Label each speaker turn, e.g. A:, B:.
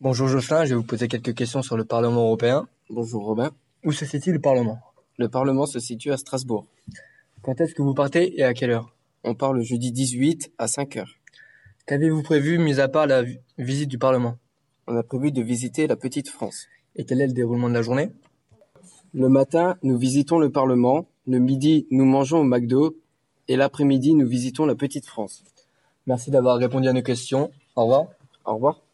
A: Bonjour Jocelyn, je vais vous poser quelques questions sur le Parlement européen.
B: Bonjour Robin.
A: Où se situe le Parlement
B: Le Parlement se situe à Strasbourg.
A: Quand est-ce que vous partez et à quelle heure
B: On part le jeudi 18 à 5 heures.
A: Qu'avez-vous prévu, mis à part la vi- visite du Parlement
B: On a prévu de visiter la petite France.
A: Et quel est le déroulement de la journée
B: Le matin, nous visitons le Parlement. Le midi, nous mangeons au McDo. Et l'après-midi, nous visitons la petite France.
A: Merci d'avoir répondu à nos questions. Au revoir.
B: Au revoir.